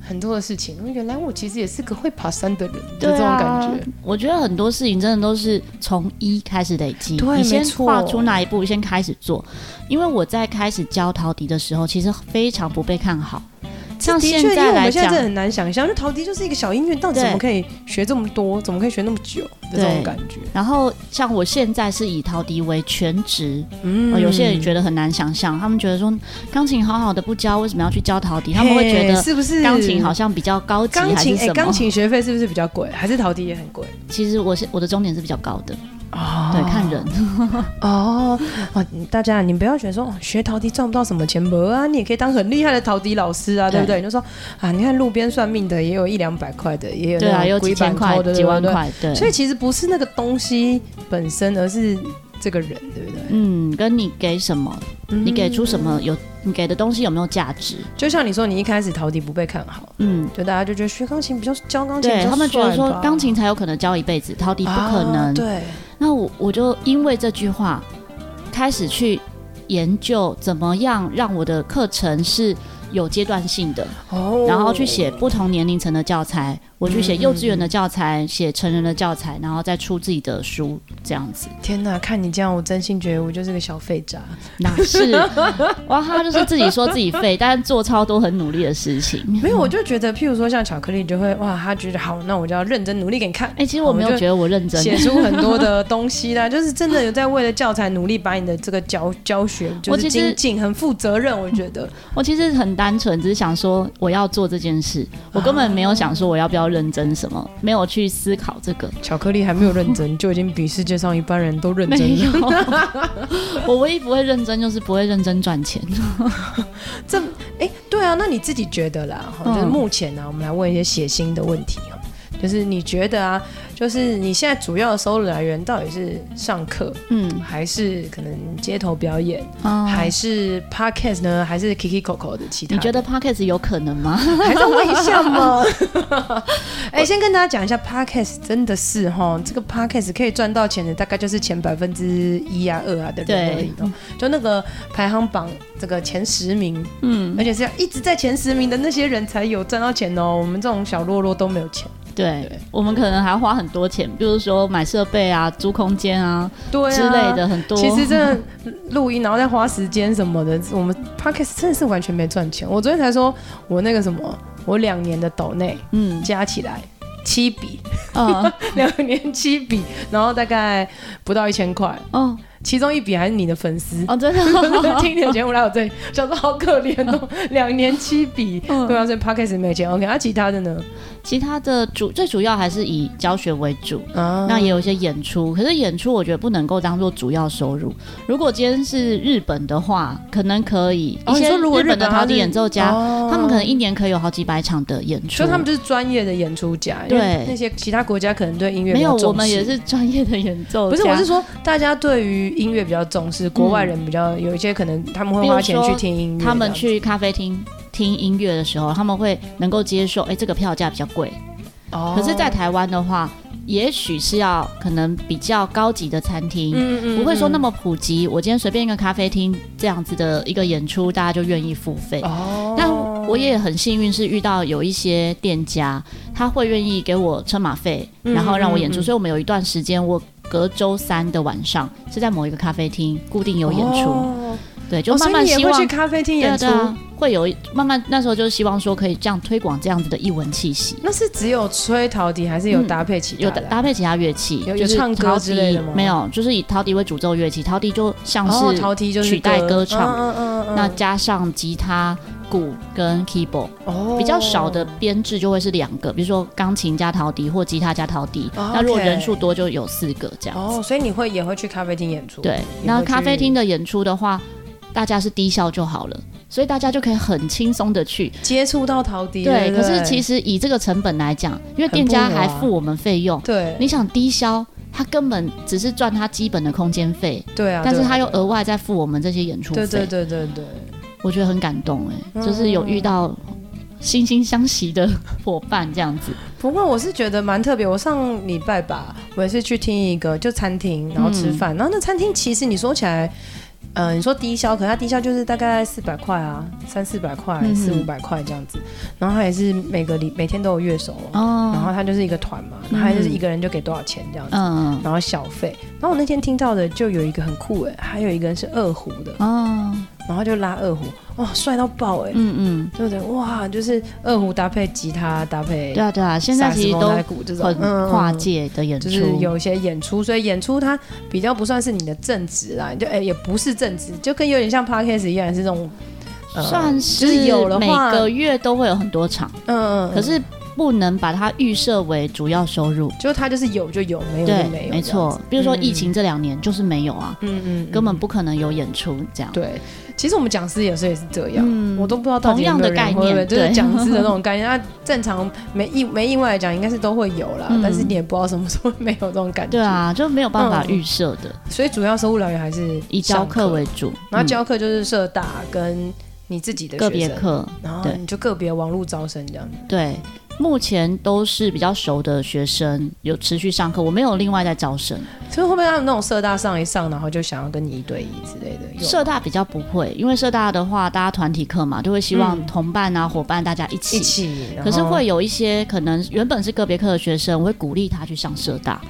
S2: 很多的事情。原来我其实也是个会爬山的人，就
S3: 对
S2: 这种
S3: 啊
S2: 感觉。
S3: 我觉得很多事情真的都是从一开始累积，
S2: 对没
S3: 你先
S2: 错
S3: 跨出那一步，先开始做。因为我在开始教陶笛的时候，其实非常不被看好，啊像
S2: 的确，
S3: 现
S2: 因为
S3: 在
S2: 我
S3: 来
S2: 们现在
S3: 讲
S2: 真的，很难想象，就陶笛就是一个小音乐，到底怎么
S3: 对
S2: 可以学这么多，怎么可以学那么久的这种
S3: 对
S2: 感觉？
S3: 然后像我现在是以陶笛为全职，
S2: 嗯
S3: 呃有些人觉得很难想象，他们觉得说钢琴好好的不教，为什么要去教陶笛？他们会觉
S2: 嘿
S3: 得
S2: 是不是
S3: 钢琴好像比较高级
S2: 钢
S3: 还是
S2: 琴
S3: 什
S2: 哎，
S3: 么？
S2: 钢琴学费是不是比较贵？还是陶笛也很贵？
S3: 其实我是我的终点是比较高的，
S2: 哦
S3: 对，看人。
S2: 哦哦，大家你不要觉得说哦学陶笛赚不到什么钱，不啊，你也可以当很厉害的陶笛老师啊，对不对？
S3: 对
S2: 你就说啊，你看路边算命的也有一两百块的，也有
S3: 对啊，
S2: 那
S3: 有
S2: 种
S3: 几
S2: 几
S3: 千块、
S2: 的，
S3: 几万
S2: 对不对。
S3: 块，对。
S2: 所以其实不是那个东西本身，而是这个人，对不对？
S3: 嗯，跟你给什么，你给出什
S2: 么？
S3: 么有，你给的东西有没有价值？
S2: 就像你说，你一开始陶笛不被看好，
S3: 嗯，
S2: 就大家就觉得学钢琴比较教钢琴比
S3: 对
S2: 较
S3: 他们觉得
S2: 帅
S3: 说
S2: 吧
S3: 钢琴才有可能教一辈子，陶笛不可
S2: 啊
S3: 能。
S2: 对，
S3: 那我我就因为这句话，开始去研究怎么样让我的课程是有阶段性的，
S2: 哦
S3: 然后去写不同年龄层的教材，我去写幼稚园的教材，写成人的教材，然后再出自己的书，这样 子。
S2: 天哪，看你这样，我真心觉得我就是个小废渣。
S3: 哪是？哇，他就是自己说自己废，但是做超多很努力的事 情。
S2: 没有，我就觉得，譬如说像巧克力，就会哇，他觉得好，那我就要认真努力给你看
S3: 哎、，其实我没有觉得我认真，
S2: 写出很多的东西啦，就是真的有在为了教材努力，把你的这个教教学就
S3: 我
S2: 是
S3: 其实
S2: 精进，很负责任，我觉得。
S3: 我其实很单纯，只是想说我要做这件事，我根本没有想说我要不要认真什么，没有去思考这个。
S2: 巧克力还没有认真，就已经比世界上一般人都认
S3: 没
S2: 真了。
S3: 有， 我唯一不会认真就是不会认真赚钱。
S2: 这哎、对啊，那你自己觉得啦，哈，就是
S3: 嗯
S2: 目前呢、啊我们来问一些血腥的问题哈，就是你觉得啊，就是你现在主要的收入来源到底是上课，
S3: 嗯，
S2: 还是可能街头表演，
S3: 哦
S2: 还是 podcast 呢，还是 Kiki Coco 的其他
S3: 你
S2: 的？
S3: 觉得 podcast 有可能吗？
S2: 还在问一下 吗？ 哎、先跟大家讲一下，podcast 真的是哈，这个 podcast 可以赚到钱的大概就是前百分之一啊、二啊的人
S3: 对
S2: 而已哦。就那个排行榜这个前十名，嗯，而且是要一直在前十名的那些人才有赚到钱哦。我们这种小落落都没有钱。
S3: 对我们可能还花很多钱，比如说买设备啊、租空间啊
S2: 对啊
S3: 之类。的，很多。
S2: 其实真的录音，然后再花时间什么的，我们 podcast 真的是完全没赚钱。我昨天才说，我那个什么，我两年的抖内
S3: 嗯
S2: 加起来七笔，
S3: 嗯
S2: 两年七笔，然后大概不到一千块，
S3: 哦
S2: 其中一笔还是你的粉 丝。
S3: 哦，真
S2: 听你
S3: 的
S2: 的节目来我这里，想说好可怜 哦，两年七笔，
S3: 嗯
S2: 对啊，所以 podcast 没有钱。OK，那、其啊他的呢？
S3: 其他的主最主要还是以教学为主，
S2: 啊
S3: 那也有一些演出，可是演出我觉得不能够当做主要收入。如果今天是日本的话，可能可以、
S2: 哦
S3: 一
S2: 你
S3: 些
S2: 说如果
S3: 日本的
S2: 日本它
S3: 陶笛
S2: 是
S3: 演奏家，
S2: 哦
S3: 他们可能一年可以有好几百场的演出。
S2: 就他们就是专业的演出家，因为
S3: 对
S2: 那些其他国家可能对音乐
S3: 没
S2: 比较
S3: 有，
S2: 重视
S3: 我们也是专业的演奏
S2: 不
S3: 家。
S2: 是，我是说大家对于音乐比较重视，国外人比较有一些可能他们会花钱
S3: 比如
S2: 去
S3: 说
S2: 听音乐，
S3: 嗯他们去咖啡厅听音乐的时候，他们会能够接受，哎，这个票价比较贵。
S2: 这样子，哦
S3: 可是，在台湾的话，也许是要可能比较高级的餐厅。
S2: 嗯嗯
S3: 不会说那
S2: 么
S3: 么普及，我今天随便一个咖啡厅这样子的一个演出，大家就愿意付费。
S2: 哦，
S3: 但我也很幸运，是遇到有一些店家，他会愿意给我车马费，
S2: 嗯
S3: 然后让我演出。
S2: 嗯嗯
S3: 所以我们有一段时间，我隔周三的晚上是在某一个咖啡厅固定有演出，
S2: 哦
S3: 对，就
S2: 哦所以
S3: 慢慢
S2: 你也
S3: 希
S2: 会
S3: 望
S2: 去咖啡厅
S3: 对啊
S2: 演出
S3: 对。啊，会有一慢慢那时候就是希望说可以这样推广这样子的艺文气息，
S2: 那是只有吹陶笛，还是有搭配其他
S3: 嗯有
S2: 的
S3: 搭
S2: 啊？
S3: 搭配其他乐器，
S2: 有
S3: 就是
S2: 有唱歌
S3: 陶笛
S2: 之类的吗
S3: 没有，就是以陶笛为主奏乐器，陶笛就像
S2: 哦，
S3: 是、
S2: 陶笛就是
S3: 取代歌唱
S2: 嗯嗯嗯嗯
S3: 那加上吉他、鼓跟 keyboard，、
S2: 哦
S3: 比较少的编制就会是两个，比如说钢琴加陶笛或吉他加陶笛。
S2: 哦
S3: 那如果
S2: OK
S3: 人数多就有四个这样子。
S2: 哦，所以你会也会去咖啡厅演出？
S3: 对，
S2: 你
S3: 那
S2: 会去
S3: 咖啡厅的演出的话，大家是低消就好了，所以大家就可以很轻松的去。
S2: 接触到陶笛，
S3: 对，
S2: 不
S3: 可是其
S2: 实
S3: 实以这个成本来讲，因为
S2: 很
S3: 店家
S2: 不合
S3: 还
S2: 啊
S3: 付我们费用，
S2: 对，
S3: 你想低消，他根本只是赚他基本的空间费，
S2: 对啊，
S3: 但是
S2: 对啊
S3: 他又额外再付我们这些演出费。
S2: 对对对对对，
S3: 我觉得很感动哎、就是有遇到惺惺相惜的伙伴这样子。
S2: 不过我是觉得蛮特别。我上礼拜吧，我也是去听一个就餐厅，然后吃
S3: 嗯
S2: 饭，然后那餐厅其实你说起来。呃，你说低消，可它低消就是大概四百块啊，三四百块、
S3: 嗯
S2: 四五百块这样子。然后它也是每个礼每天都有乐手哦，然
S3: 哦，
S2: 后它就是一个团嘛，然后它就是一个人就给多少钱这样子，
S3: 嗯，
S2: 然后小费。然后我那天听到的就有一个很酷诶，还有一个人是二胡的，
S3: 哦，
S2: 然后就拉二胡，哇，帅到爆哎、
S3: 嗯嗯，
S2: 对不对？哇，就是二胡搭配吉他搭配
S3: 对啊对啊，现在其实都
S2: 萨克斯风打鼓这种
S3: 很
S2: 嗯嗯
S3: 跨界的演出，
S2: 就是有一些演出，所以演出它比较不算是你的正职啦，就哎、也不是正职，就跟有点像 podcast 一样是这种，呃
S3: 算
S2: 就是有的
S3: 每
S2: 话，
S3: 个月都会有很多场，
S2: 嗯，嗯
S3: 可是不能把它预设为主要收入。
S2: 就它就是有就有，没有就
S3: 对，
S2: 没有，
S3: 没错。比如说疫情这两年就是没有啊，
S2: 这样子，嗯嗯嗯，
S3: 根本不可能有演出这样。
S2: 对。啊其实我们讲师有时候也是这样，
S3: 嗯
S2: 我都不知道到底有没有人会
S3: 同样的概念
S2: 就是
S3: 对
S2: 讲师的那种概念。那啊正常没意没意外来讲，应该是都会有啦，
S3: 嗯
S2: 但是你也不知道什么时候会没有这种感觉。
S3: 对，啊，就没有办法
S2: 嗯
S3: 预设的，
S2: 所以主要收入来源还是
S3: 以教
S2: 上
S3: 课为主，
S2: 然后
S3: 嗯
S2: 教课就是社大跟你自己的
S3: 个
S2: 学
S3: 别
S2: 生，
S3: 课，
S2: 然后
S3: 对
S2: 你就个别网络招生这样。
S3: 对。目前都是比较熟的学生，有持续上课，我没有另外在招生。
S2: 所以会不会他们那种社大上一上，然后就想要跟你一对一之类的？有啊
S3: 社大比较不会，因为社大的话，大家团体课嘛，就会希望
S2: 嗯
S3: 同伴啊、伙伴大家一起。
S2: 一起，然
S3: 可是
S2: 后
S3: 会有一些可能原本是个别课的学生，我会鼓励他去上社大，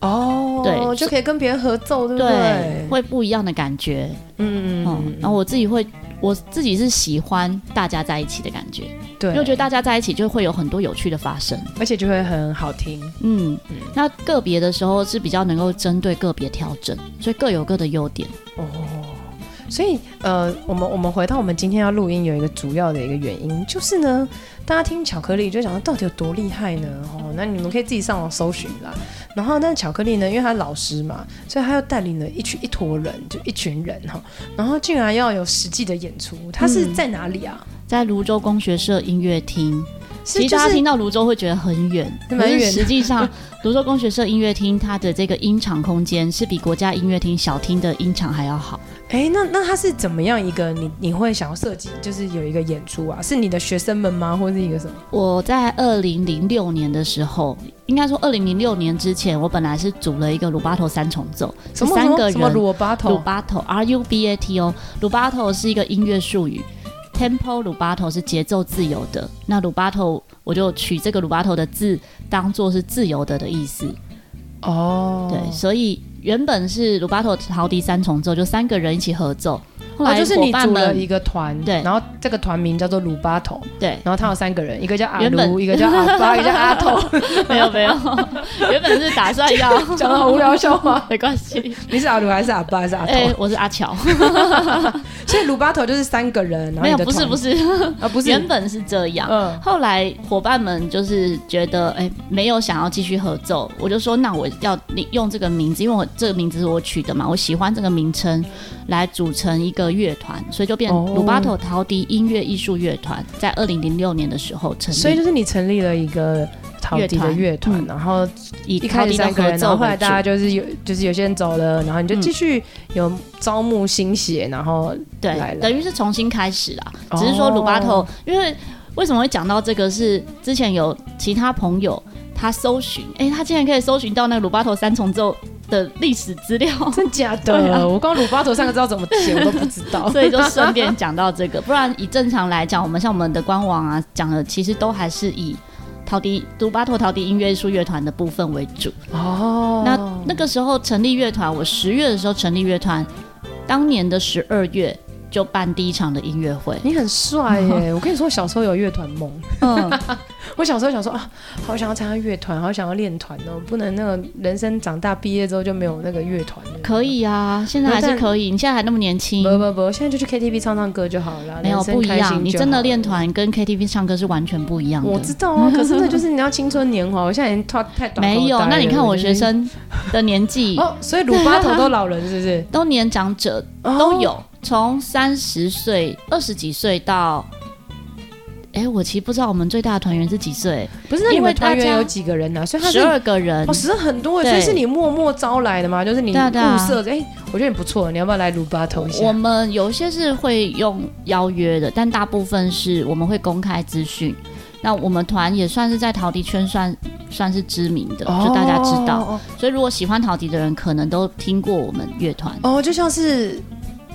S2: 哦，
S3: 对
S2: 就可以跟别人合奏，对不
S3: 对，
S2: 对？
S3: 会不一样的感觉。
S2: 嗯
S3: 嗯，然后我自己会，我自己是喜欢大家在一起的感觉，
S2: 对，
S3: 因为我觉得大家在一起就会有很多有趣的发生。
S2: 而且就会很好听。
S3: 嗯，那个别的时候是比较能够针对个别调整，所以各有各的优点。
S2: 所以呃，我们我们回到我们今天要录音有一个主要的一个原因，就是呢，大家听巧克力就想到到底有多厉害呢？哦，那你们可以自己上网搜寻啦。然后，但是巧克力呢，因为他老师嘛，所以他又带领了一群一坨人，就一群人哈、哦，然后竟然要有实际的演出，他是
S3: 嗯
S2: 在哪里啊？
S3: 在泸州工学社音乐厅，
S2: 是
S3: 其实
S2: 就
S3: 大家
S2: 是
S3: 听到泸州会觉得很远，
S2: 是蛮
S3: 可
S2: 远的
S3: 实际 上，泸州工学社音乐厅它的这个音场空间是比国家音乐厅小厅的音场还要好。
S2: 哎，那那他是怎么样一个你你会想要设计，就是有一个演出啊？是你的学生们吗，或是一个什么？
S3: 我在二零零六年的时候，应该说二零零六年之前，我本来是组了一个鲁巴头三重奏，
S2: 什么
S3: 三个
S2: 什么
S3: 人。
S2: 罗巴头
S3: 鲁巴头 R U B A T O，鲁巴头是一个音乐术语，tempo 鲁巴头是节奏自由的，那鲁巴头我就取这个鲁巴头的字当做是自由的的意思，
S2: 哦，
S3: 对，所以原本是鲁巴头陶笛三重奏，就三个人一起合奏，后
S2: 哦，
S3: 来
S2: 就是
S3: 伙
S2: 你
S3: 伴
S2: 组了
S3: 们
S2: 一个团，
S3: 对
S2: 然后这个团名叫做鲁巴头，，
S3: 对
S2: 然后他有三个人，一个叫阿
S3: 原本
S2: 卢，一个叫 阿巴，一个叫阿头，
S3: 没有没有，原本是打算要，
S2: 讲的好无聊笑话。
S3: 没关系，
S2: 你是阿卢还是阿巴还是阿头？
S3: 哎、我是阿 乔，
S2: 所以鲁巴头就是三个人，然后
S3: 没
S2: 你
S3: 有
S2: 的
S3: 不是
S2: 团
S3: 不是，
S2: 啊不是，
S3: 原本啊是这样，
S2: 嗯
S3: 后来伙伴们就是觉得，哎、没有想要继续合奏，我就说，那我要用这个名字，因为我这个名字是我取的嘛，我喜欢这个名称，来组成一个乐团，所以就变
S2: 哦
S3: 鲁巴头陶笛音乐艺术乐团，在二零零六年的时候成立，
S2: 所以就是你成立了一个。陶笛的乐团，
S3: 嗯乐团嗯
S2: 然后
S3: 以
S2: 一
S3: 陶
S2: 开
S3: 笛
S2: 始
S3: 的
S2: 三个
S3: 合
S2: 人，然
S3: 奏
S2: 后后
S3: 为
S2: 来
S3: 主
S2: 大。家就是有，就是有些人走了，然后你就
S3: 嗯
S2: 继续有招募新血，然后哦来
S3: 对，
S2: 了
S3: 等于是重新开始啦。只是说鲁巴头，因为为什么会讲到这个是之前有其他朋友他搜寻，哎、他竟然可以搜寻到那个鲁巴头三重奏的历史资料，
S2: 真假
S3: 对啊
S2: 的？我光鲁巴头三个字要怎么写我都不知道，
S3: 所以就顺便讲到这个，不然以正常来讲，我们像我们的官网啊讲的，其实都还是以陶笛杜巴托陶笛音乐艺术乐团的部分为主。
S2: 哦，。
S3: 那那个时候成立乐团，我十月的时候成立乐团，当年的十二月就办第一场的音乐会
S2: 你很帅耶！我跟你说，我小时候有乐团梦。
S3: 嗯，
S2: 我小时候想说啊，好想要参加乐团，好想要练团哦，不能那个人生长大毕业之后就没有那个乐团了。
S3: 可以啊，现在还是可以，你现在还那么年轻。
S2: 不不不，现在就去 KTV 唱唱歌就好了。
S3: 没有
S2: 啊人生
S3: 不一
S2: 开心就好
S3: 样，你真的练。团跟 KTV 唱歌是完全不一样
S2: 我
S3: 的
S2: 知。道啊，可是那就是你要青春年华，我现在已经太太短。
S3: 没有，那你看我学。生的年纪
S2: 哦，所以鲁巴头都老人是不是？哦
S3: 都年长者， 都有，从三十岁、二十几岁到，哎，我其实不知道我们最大的团员是几岁，
S2: 不是？那你
S3: 因为
S2: 们
S3: 大家
S2: 团员有几个人呢？所以他是
S3: 十二个人
S2: 哦，。十二很多耶，
S3: 对
S2: 所以是你默默招来的嘛？就是你
S3: 对啊对啊
S2: 物色着，哎，我觉得你不错，你要不要来鲁巴头一下？
S3: 我们有些是会用邀约的，但大部分是我们会公开资讯。那我们团也算是在陶笛圈算算是知名的，就大家知道。
S2: 哦
S3: 所以如果喜欢陶笛的人，可能都听过我们乐团。
S2: 哦哦，就像是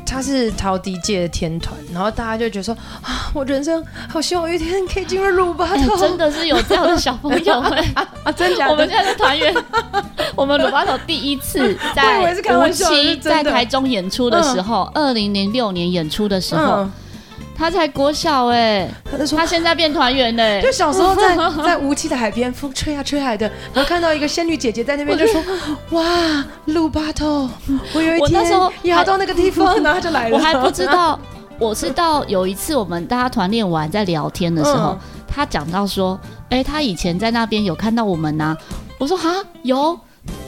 S2: 他是陶笛界的天团，然后大家就觉得说啊，我人生好希望有一天可以进入鲁巴
S3: 哎
S2: 头，
S3: 真的是有这样的小朋友哎、
S2: 啊，真 假的？
S3: 我们现在的团员， 我们鲁巴头第一次
S2: 我以为
S3: 在
S2: 是开
S3: 无
S2: 玩笑是
S3: 期
S2: 真的
S3: 在台中演出的时候，二零零六年演出的时候，
S2: 嗯，
S3: 他才国小哎、
S2: 他就说
S3: 哦他。现在变团员 嘞、
S2: 就小时候 在在无期的海边，风吹啊吹来的，然后看到一个仙女姐姐在那边，就说：“哇，鲁巴头，我有一
S3: 我那时候
S2: 天也要
S3: 还
S2: 到那个地 方。”然后她就来了。
S3: 我还不知道，我是到有一次我们大家团练完在聊天的时候，
S2: 嗯
S3: 他讲到说，哎、他以前在那边有看到我们呐、我说哈有，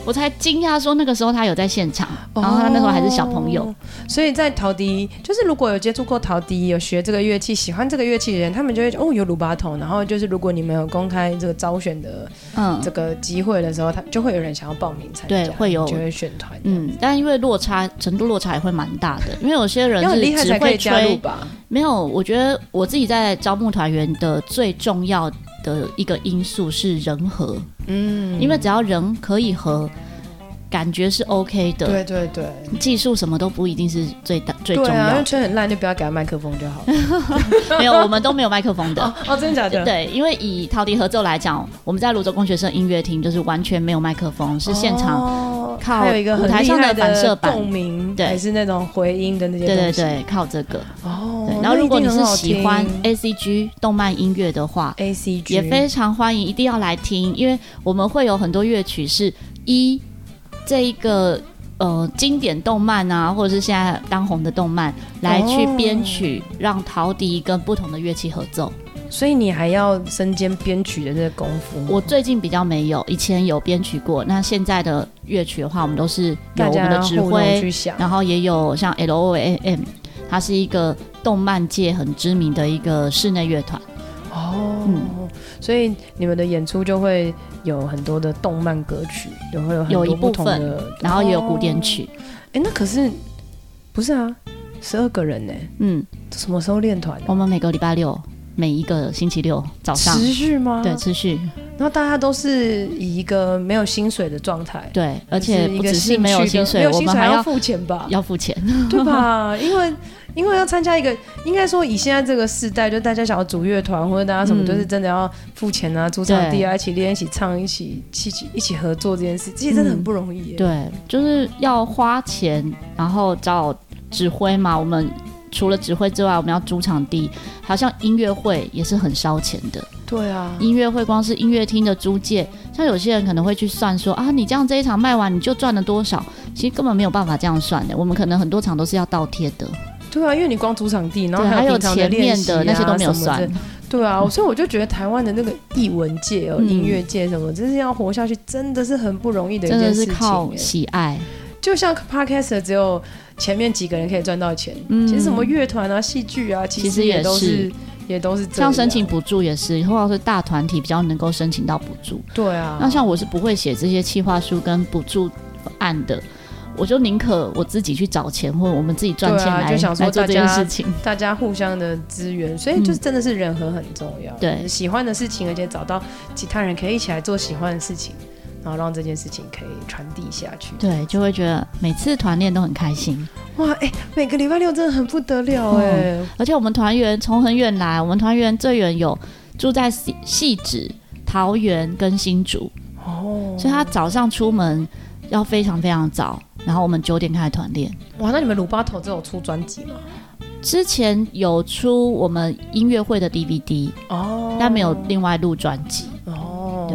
S3: 我才惊讶说那个时候他有在现场，然后他那时候还是小朋友，
S2: 哦，所以在陶笛，就是如果有接触过陶笛、有学这个乐器、喜欢这个乐器的人，他们就会觉得哦有鲁巴头。然后就是如果你们有公开这个招选的
S3: 嗯
S2: 这个机会的时候，他就会有人想要报名参加，
S3: 对会有
S2: 就会选团。嗯，
S3: 嗯，但因为落差程度落差也会蛮大的，因为有些人
S2: 要很厉害
S3: 是只
S2: 才可
S3: 会
S2: 以加入
S3: 吹，
S2: 吧？
S3: 没有，我觉得我自己在招募团员的最重要的一个因素是人和，
S2: 嗯，
S3: 因为只要人可以和，感觉是 OK 的，
S2: 对对对，
S3: 技术什么都不一定是最大最重
S2: 对啊，因
S3: 要
S2: 为，吹很烂就不要给他麦克风啊就好 了。
S3: 没有，我们都没有麦克风 的。
S2: 哦哦，真的假的？
S3: 对，因为以陶笛合奏来讲，我们在泸州工学生音乐厅就是完全没有麦克风，是现场。
S2: 哦
S3: 靠
S2: 还有一个很
S3: 舞台
S2: 厉
S3: 上的
S2: 害
S3: 反射板
S2: 共鸣，
S3: 对
S2: 还是那种回音的那些
S3: 对对
S2: 东西。
S3: 对，靠这个。
S2: 哦
S3: 对，，然后如果你是喜欢
S2: 那一定很好听
S3: A C G 动漫音乐的话，
S2: A C G，
S3: 也非常欢迎，一定要来听，因为我们会有很多乐曲是一这一个呃经典动漫啊，或者是现在当红的动漫来去编曲，让陶笛跟不同的乐器合奏。
S2: 所以你还要身兼编曲的这个功夫吗。
S3: 我最近比较没有，以前有编曲过。那现在的乐曲的话，我们都是有
S2: 大
S3: 我们
S2: 家
S3: 的指
S2: 互动
S3: 挥，
S2: 去想，
S3: 然后也有像 L O A M，它是一个动漫界很知名的一个室内乐团。
S2: 哦，
S3: 嗯
S2: 所以你们的演出就会有很多的动漫歌曲，也会有很
S3: 有一
S2: 多
S3: 部
S2: 不同
S3: 分
S2: 的，
S3: 然后也有古典曲。
S2: 哎、诶那可是不是啊？十二个人呢、
S3: 嗯，
S2: 这什么时候练团呢？
S3: 我们每个礼拜六，每一个星期六哦早上，
S2: 持续吗？
S3: 对，持续
S2: 然后大家都是以一个没有薪水的状态，
S3: 对，而且
S2: 就一
S3: 不
S2: 个
S3: 只是
S2: 兴
S3: 没有
S2: 趣的
S3: 薪
S2: 没
S3: 水，
S2: 有
S3: 我
S2: 薪
S3: 们
S2: 水
S3: 还
S2: 要
S3: 要
S2: 付钱吧？
S3: 要付钱。
S2: 对吧？因为因为要参加一个，应该说以现在这个时代，就大家想要组乐团或者大家什么，
S3: 嗯
S2: 都是真的要付钱啊，租场地
S3: 对
S2: 啊，一起练、一起唱、一起一起一起合作这件事，其实真的很不容易耶。
S3: 对，就是要花钱，然后找指挥嘛。我们除了指挥之外，我们要租场地，好像音乐会也是很烧钱的。
S2: 对啊，
S3: 音乐会光是音乐厅的租借，像有些人可能会去算说啊，你这样这一场卖完你就赚了多少，其实根本没有办法这样算的。我们可能很多场都是要倒贴的，
S2: 对啊，因为你光租场地，然后
S3: 对，还
S2: 有平常
S3: 前
S2: 练
S3: 面
S2: 习啊
S3: 那些都没有
S2: 什么
S3: 算
S2: 的。对啊，所以我就觉得台湾的那个艺文界哦、
S3: 嗯
S2: 音乐界什么，真是要活下去，真的是很不容易的一
S3: 真
S2: 件
S3: 的
S2: 事
S3: 是
S2: 情
S3: 靠
S2: 耶。
S3: 喜爱。
S2: 就像 podcast 只有前面几个人可以赚到钱，
S3: 嗯
S2: 其实什么乐团啊、戏剧啊，其
S3: 其实
S2: 实也
S3: 也
S2: 都
S3: 是
S2: 是也都是这样啊
S3: 像申请补助也是，或者是大团体比较能够申请到补助。
S2: 对啊，
S3: 那像我是不会写这些企划书跟补助案的，我就宁可我自己去找钱，或者我们自己赚钱
S2: 对啊
S3: 来、
S2: 就想说
S3: 来做这件
S2: 大家
S3: 事情。
S2: 大家互相的资源，所以就是真的是人和很重要。
S3: 嗯对
S2: 喜欢的事情，而且找到其他人可以一起来做喜欢的事情，然后让这件事情可以传递下去。
S3: 对，就会觉得每次团练都很开心，
S2: 哇，哎、每个礼拜六真的很不得了哎、
S3: 而且我们团员从很远来，我们团员最远有住在细细指、桃园跟新竹，
S2: 哦，
S3: 所以他早上出门要非常非常早，然后我们九点开始团练。
S2: 哇，那你们鲁巴头这有出专辑吗？
S3: 之前有出我们音乐会的 DVD，
S2: 哦，
S3: 但没有另外录专辑。
S2: 哦，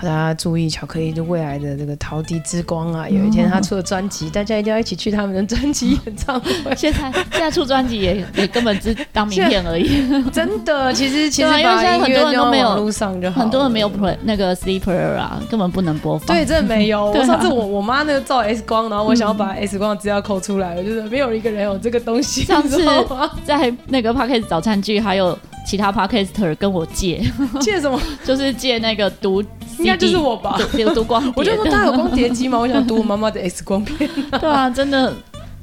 S2: 大家注意，巧克力的未来的这个陶笛之光啊，
S3: 嗯
S2: 有一天他出了专辑，大家一定要一起去他们的专辑演 唱会。
S3: 现在现在出专辑也也根本只当名片而已，
S2: 真的，其实其实
S3: 对啊因为
S2: 把
S3: 现在
S2: 音
S3: 很
S2: 乐
S3: 多人都
S2: 弄到
S3: 没有
S2: 网络上就好，
S3: 很多人没有 play 那个 sleeper 啊，根本不能播放。
S2: 对，真的没有。
S3: 对
S2: 我
S3: 啊嗯
S2: 上次我我妈那个照 X 光，然后我想要把 X 光的资料抠出来，我就是没有一个人有这个东西。
S3: 上次
S2: 你知道吗
S3: 在那个 podcast 早餐剧，还有其他 podcaster 跟我借，
S2: 借什么？
S3: 就是借那个读 CD，
S2: 应该就是我 吧。
S3: 读读光
S2: 我
S3: 碟
S2: 就
S3: 的。
S2: 说她有光碟机 吗？我想读我妈妈的 X 光片。
S3: 对啊，真的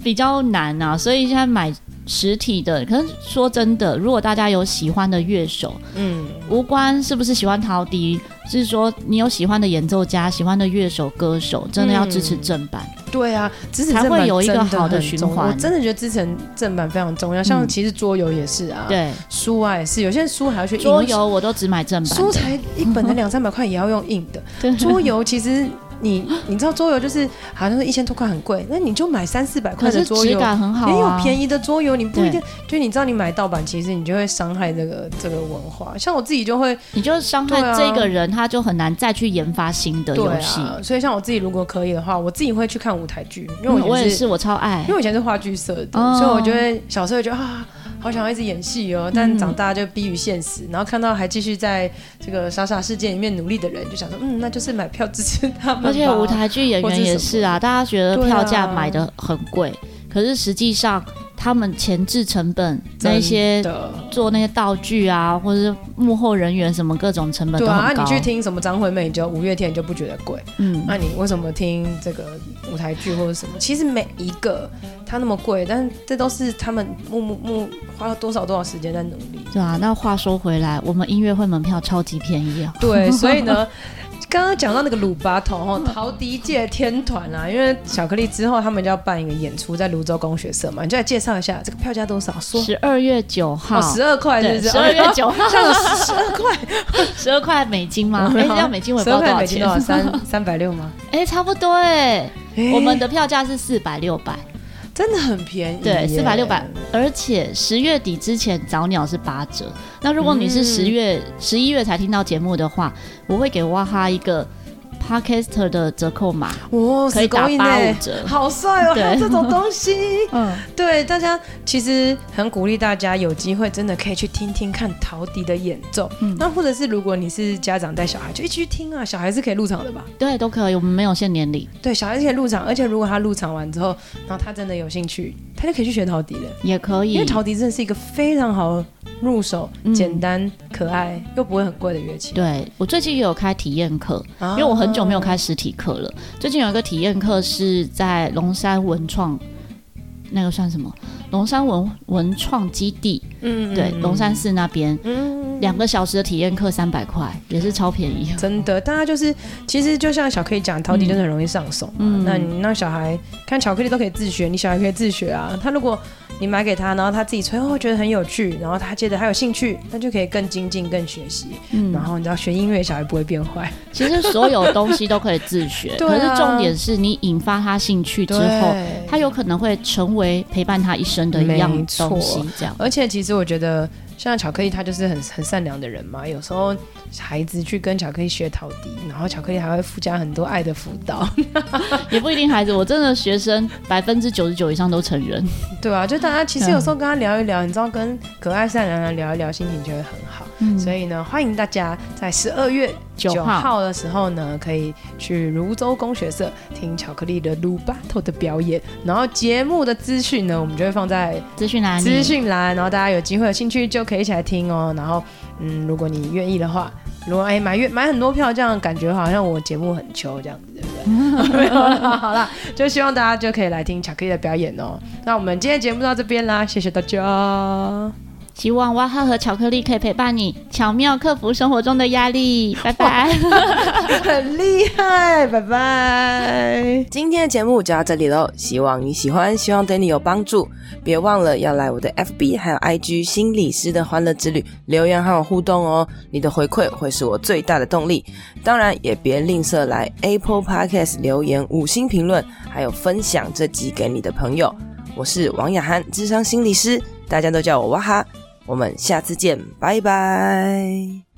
S3: 比较难啊，所以现在买实体的，可是说真的，如果大家有喜欢的乐手，
S2: 嗯，
S3: 无关是不是喜欢陶笛，是说你有喜欢的演奏家、喜欢的乐手、歌手，真的要支持正版。
S2: 对啊，支持
S3: 才
S2: 正
S3: 会
S2: 版
S3: 有一个
S2: 真
S3: 好的
S2: 很
S3: 循
S2: 重要我
S3: 环
S2: 真的觉得支持正版非常重要。像
S3: 嗯
S2: 其实桌游也是啊，，
S3: 对，
S2: 书啊也是，有些人书还要去印
S3: 桌。游我都只买正版
S2: 书
S3: 的，
S2: 才一本才两三百块，也要用印的。
S3: 对
S2: 桌游其实你你知道桌游就是好像是一千多块很贵，那你就买三四百块
S3: 可
S2: 的
S3: 是
S2: 桌
S3: 质
S2: 游，
S3: 感很好、啊，
S2: 也有便宜的桌游，你不一
S3: 对
S2: 定就你知道你买盗版，其实你就会伤害这个这个文化。像我自己就会
S3: 你就伤害
S2: 对啊
S3: 这个人，他就很难再去研发新的
S2: 对
S3: 游戏。
S2: 啊，所以像我自己如果可以的话，我自己会去看舞台剧，因为
S3: 嗯
S2: 我
S3: 我
S2: 以
S3: 也
S2: 前是
S3: 是，我超爱
S2: 因为。我以前是话剧社的，
S3: 哦
S2: 所以我就会小时候就觉得啊，好想要一直演戏哦。
S3: 嗯
S2: 但长大就逼于现实，然后看到还继续在这个傻傻世界里面努力的人，就想说，嗯，那就是买票支持他们吧。
S3: 而且舞台剧演
S2: 啊或是
S3: 员也
S2: 什
S3: 是啊，大家觉得
S2: 对啊
S3: 票价买的很贵，
S2: 啊
S3: 可是实际上他们前置成本
S2: 真
S3: 那些
S2: 的，啊
S3: 做那些道具啊，或者是幕后人员什么各种成本
S2: 对
S3: 都
S2: 啊，啊
S3: 很高。
S2: 你去听什么张惠妹，你就五月天你就不觉得贵，
S3: 嗯
S2: 那、，你为什么听这个舞台剧或者什么？其实每一个它那么贵，但这都是他们默默默花了多少多少时间在努力。
S3: 对啊。那话说回来，我们音乐会门票超级便宜啊。
S2: 对，所以 呢，刚刚讲到那个鲁巴头
S3: 嗯
S2: 哦，陶笛界天团啊，因为巧克力之后他们就要办一个演出在泸州工学社嘛，你就来介绍一下这个票价多少？说
S3: 十二月九号，
S2: 哦，十二块是
S3: 对，
S2: 不是？哎
S3: 十二月 九号，
S2: 十二 块，
S3: 十二块美金吗？哎，这样美金我也不
S2: 十
S3: 知道
S2: 二块
S3: 多少
S2: 美金
S3: 钱
S2: 多。少？ 三三百六吗？
S3: 哎，差不多哎。
S2: 诶
S3: 我们的票价是四百六百，
S2: 真的很便宜，
S3: 对，四百六百。，而且十月底之前早鸟是八折。那如果你
S2: 嗯
S3: 是十月、十一月才听到节目的话，我会给哇哈一个 Podcaster 的折扣码，
S2: 哇，
S3: 可以打
S2: 是够硬
S3: 八
S2: 欸
S3: 五折。
S2: 好帅哦！
S3: 对
S2: 还有这种东西，
S3: 嗯，
S2: 对大家其实很鼓励大家有机会真的可以去听听看陶笛的演奏，
S3: 嗯
S2: 那或者是如果你是家长带小孩，就一起去听啊，小孩是可以入场的吧？
S3: 对，都可以，我们没有限年龄，
S2: 对，小孩是可以入场，而且如果他入场完之后，然后他真的有兴趣，他就可以去学陶笛了。
S3: 也可以。
S2: 因为陶笛真的是一个非常好入手、
S3: 嗯
S2: 简单、可爱又不会很贵的乐器。
S3: 对我最近也有开体验课，
S2: 因
S3: 因为我很久没有开实体课了。最近有一个体验课是在龙山文创，那个算什么？龙山文文创基地，
S2: 嗯
S3: 对，龙山寺那边。
S2: 嗯
S3: 两个小时的体验课三百块，也是超便宜。
S2: 真的，大家就是，其实就像小可以讲，陶笛真的很容易上手嘛。
S3: 嗯
S2: 那你让小孩看巧克力都可以自学，你小孩可以自学啊。他如果你买给他，然后他自己吹，哦，觉得很有趣，然后他觉得他有兴趣，那就可以更精进、更学习。
S3: 嗯
S2: 然，后你知道，学音乐小孩不会变坏。
S3: 其实所有东西都可以 自学，
S2: 对
S3: 可
S2: 啊
S3: 是重点是你引发他兴趣之后，他有可能会成为陪伴他一生的一样
S2: 没错
S3: 东西。这样，
S2: 而且其实我觉得，像巧克力，他就是很很善良的人嘛。有时候孩子去跟巧克力学陶笛，然后巧克力还会附加很多爱的辅导，
S3: 也不一定孩子。我真的学生百分之九十九以上都成人，
S2: 对啊，就大家其实有时候跟他聊一聊，你知道，跟可爱善良的人聊一聊，心情就会很好。所
S3: 以
S2: 以呢，欢迎大家在十二月
S3: 九
S2: 九
S3: 号。
S2: 号的时候呢，可以去泸州工学社听巧克力的鲁巴头的表演。然后节目的资讯呢，我们就会放在
S3: 资讯栏里，
S2: 资讯栏，然后大家有机会有兴趣就可以一起来听哦。然后，嗯，如果你愿意的话，如果哎买月买很多票，这样感觉好像我节目很秋这样子，对不 对？没有啦，好啦，就希望大家就可以来听巧克力的表演哦。那我们今天节目到这边啦，谢谢大家，
S3: 希望哇哈和巧克力可以陪伴你，巧妙克服生活中的压力。拜拜。
S2: 很厉害，拜拜。
S1: 今天的节目就到这里喽，希望你喜欢，希望对你有帮助。别忘了要来我的 FB 还有 IG 心理师的欢乐之旅留言和我互动哦，你的回馈会是我最大的动力。当然也别吝啬来 Apple Podcast 留言五星评论，还有分享这集给你的朋友。我是王雅涵，智商心理师，大家都叫我哇哈。我们下次见，拜拜。